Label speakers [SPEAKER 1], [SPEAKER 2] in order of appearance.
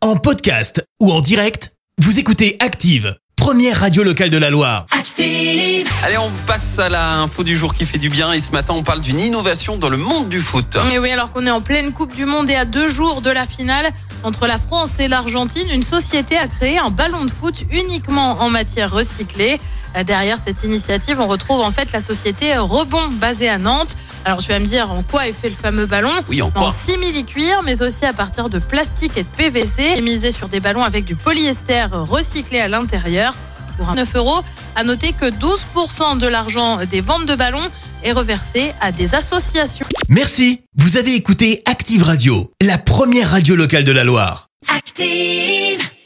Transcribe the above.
[SPEAKER 1] En podcast ou en direct, vous écoutez Active, première radio locale de la Loire.
[SPEAKER 2] Active.
[SPEAKER 3] Allez, on passe à la info du jour qui fait du bien. Et ce matin, on parle d'une innovation dans le monde du foot.
[SPEAKER 2] Mais oui, alors qu'on est en pleine Coupe du Monde et à deux jours de la finale entre la France et l'Argentine, une société a créé un ballon de foot uniquement en matière recyclée. Euh, Derrière cette initiative, on retrouve en fait la société Rebond basée à Nantes. Alors tu vas me dire en quoi est fait le fameux ballon
[SPEAKER 3] Oui,
[SPEAKER 2] en
[SPEAKER 3] encore.
[SPEAKER 2] simili-cuir, mais aussi à partir de plastique et de PVC, et misé sur des ballons avec du polyester recyclé à l'intérieur pour un 9 euros. À noter que 12% de l'argent des ventes de ballons est reversé à des associations.
[SPEAKER 1] Merci. Vous avez écouté Active Radio, la première radio locale de la Loire.
[SPEAKER 4] Active.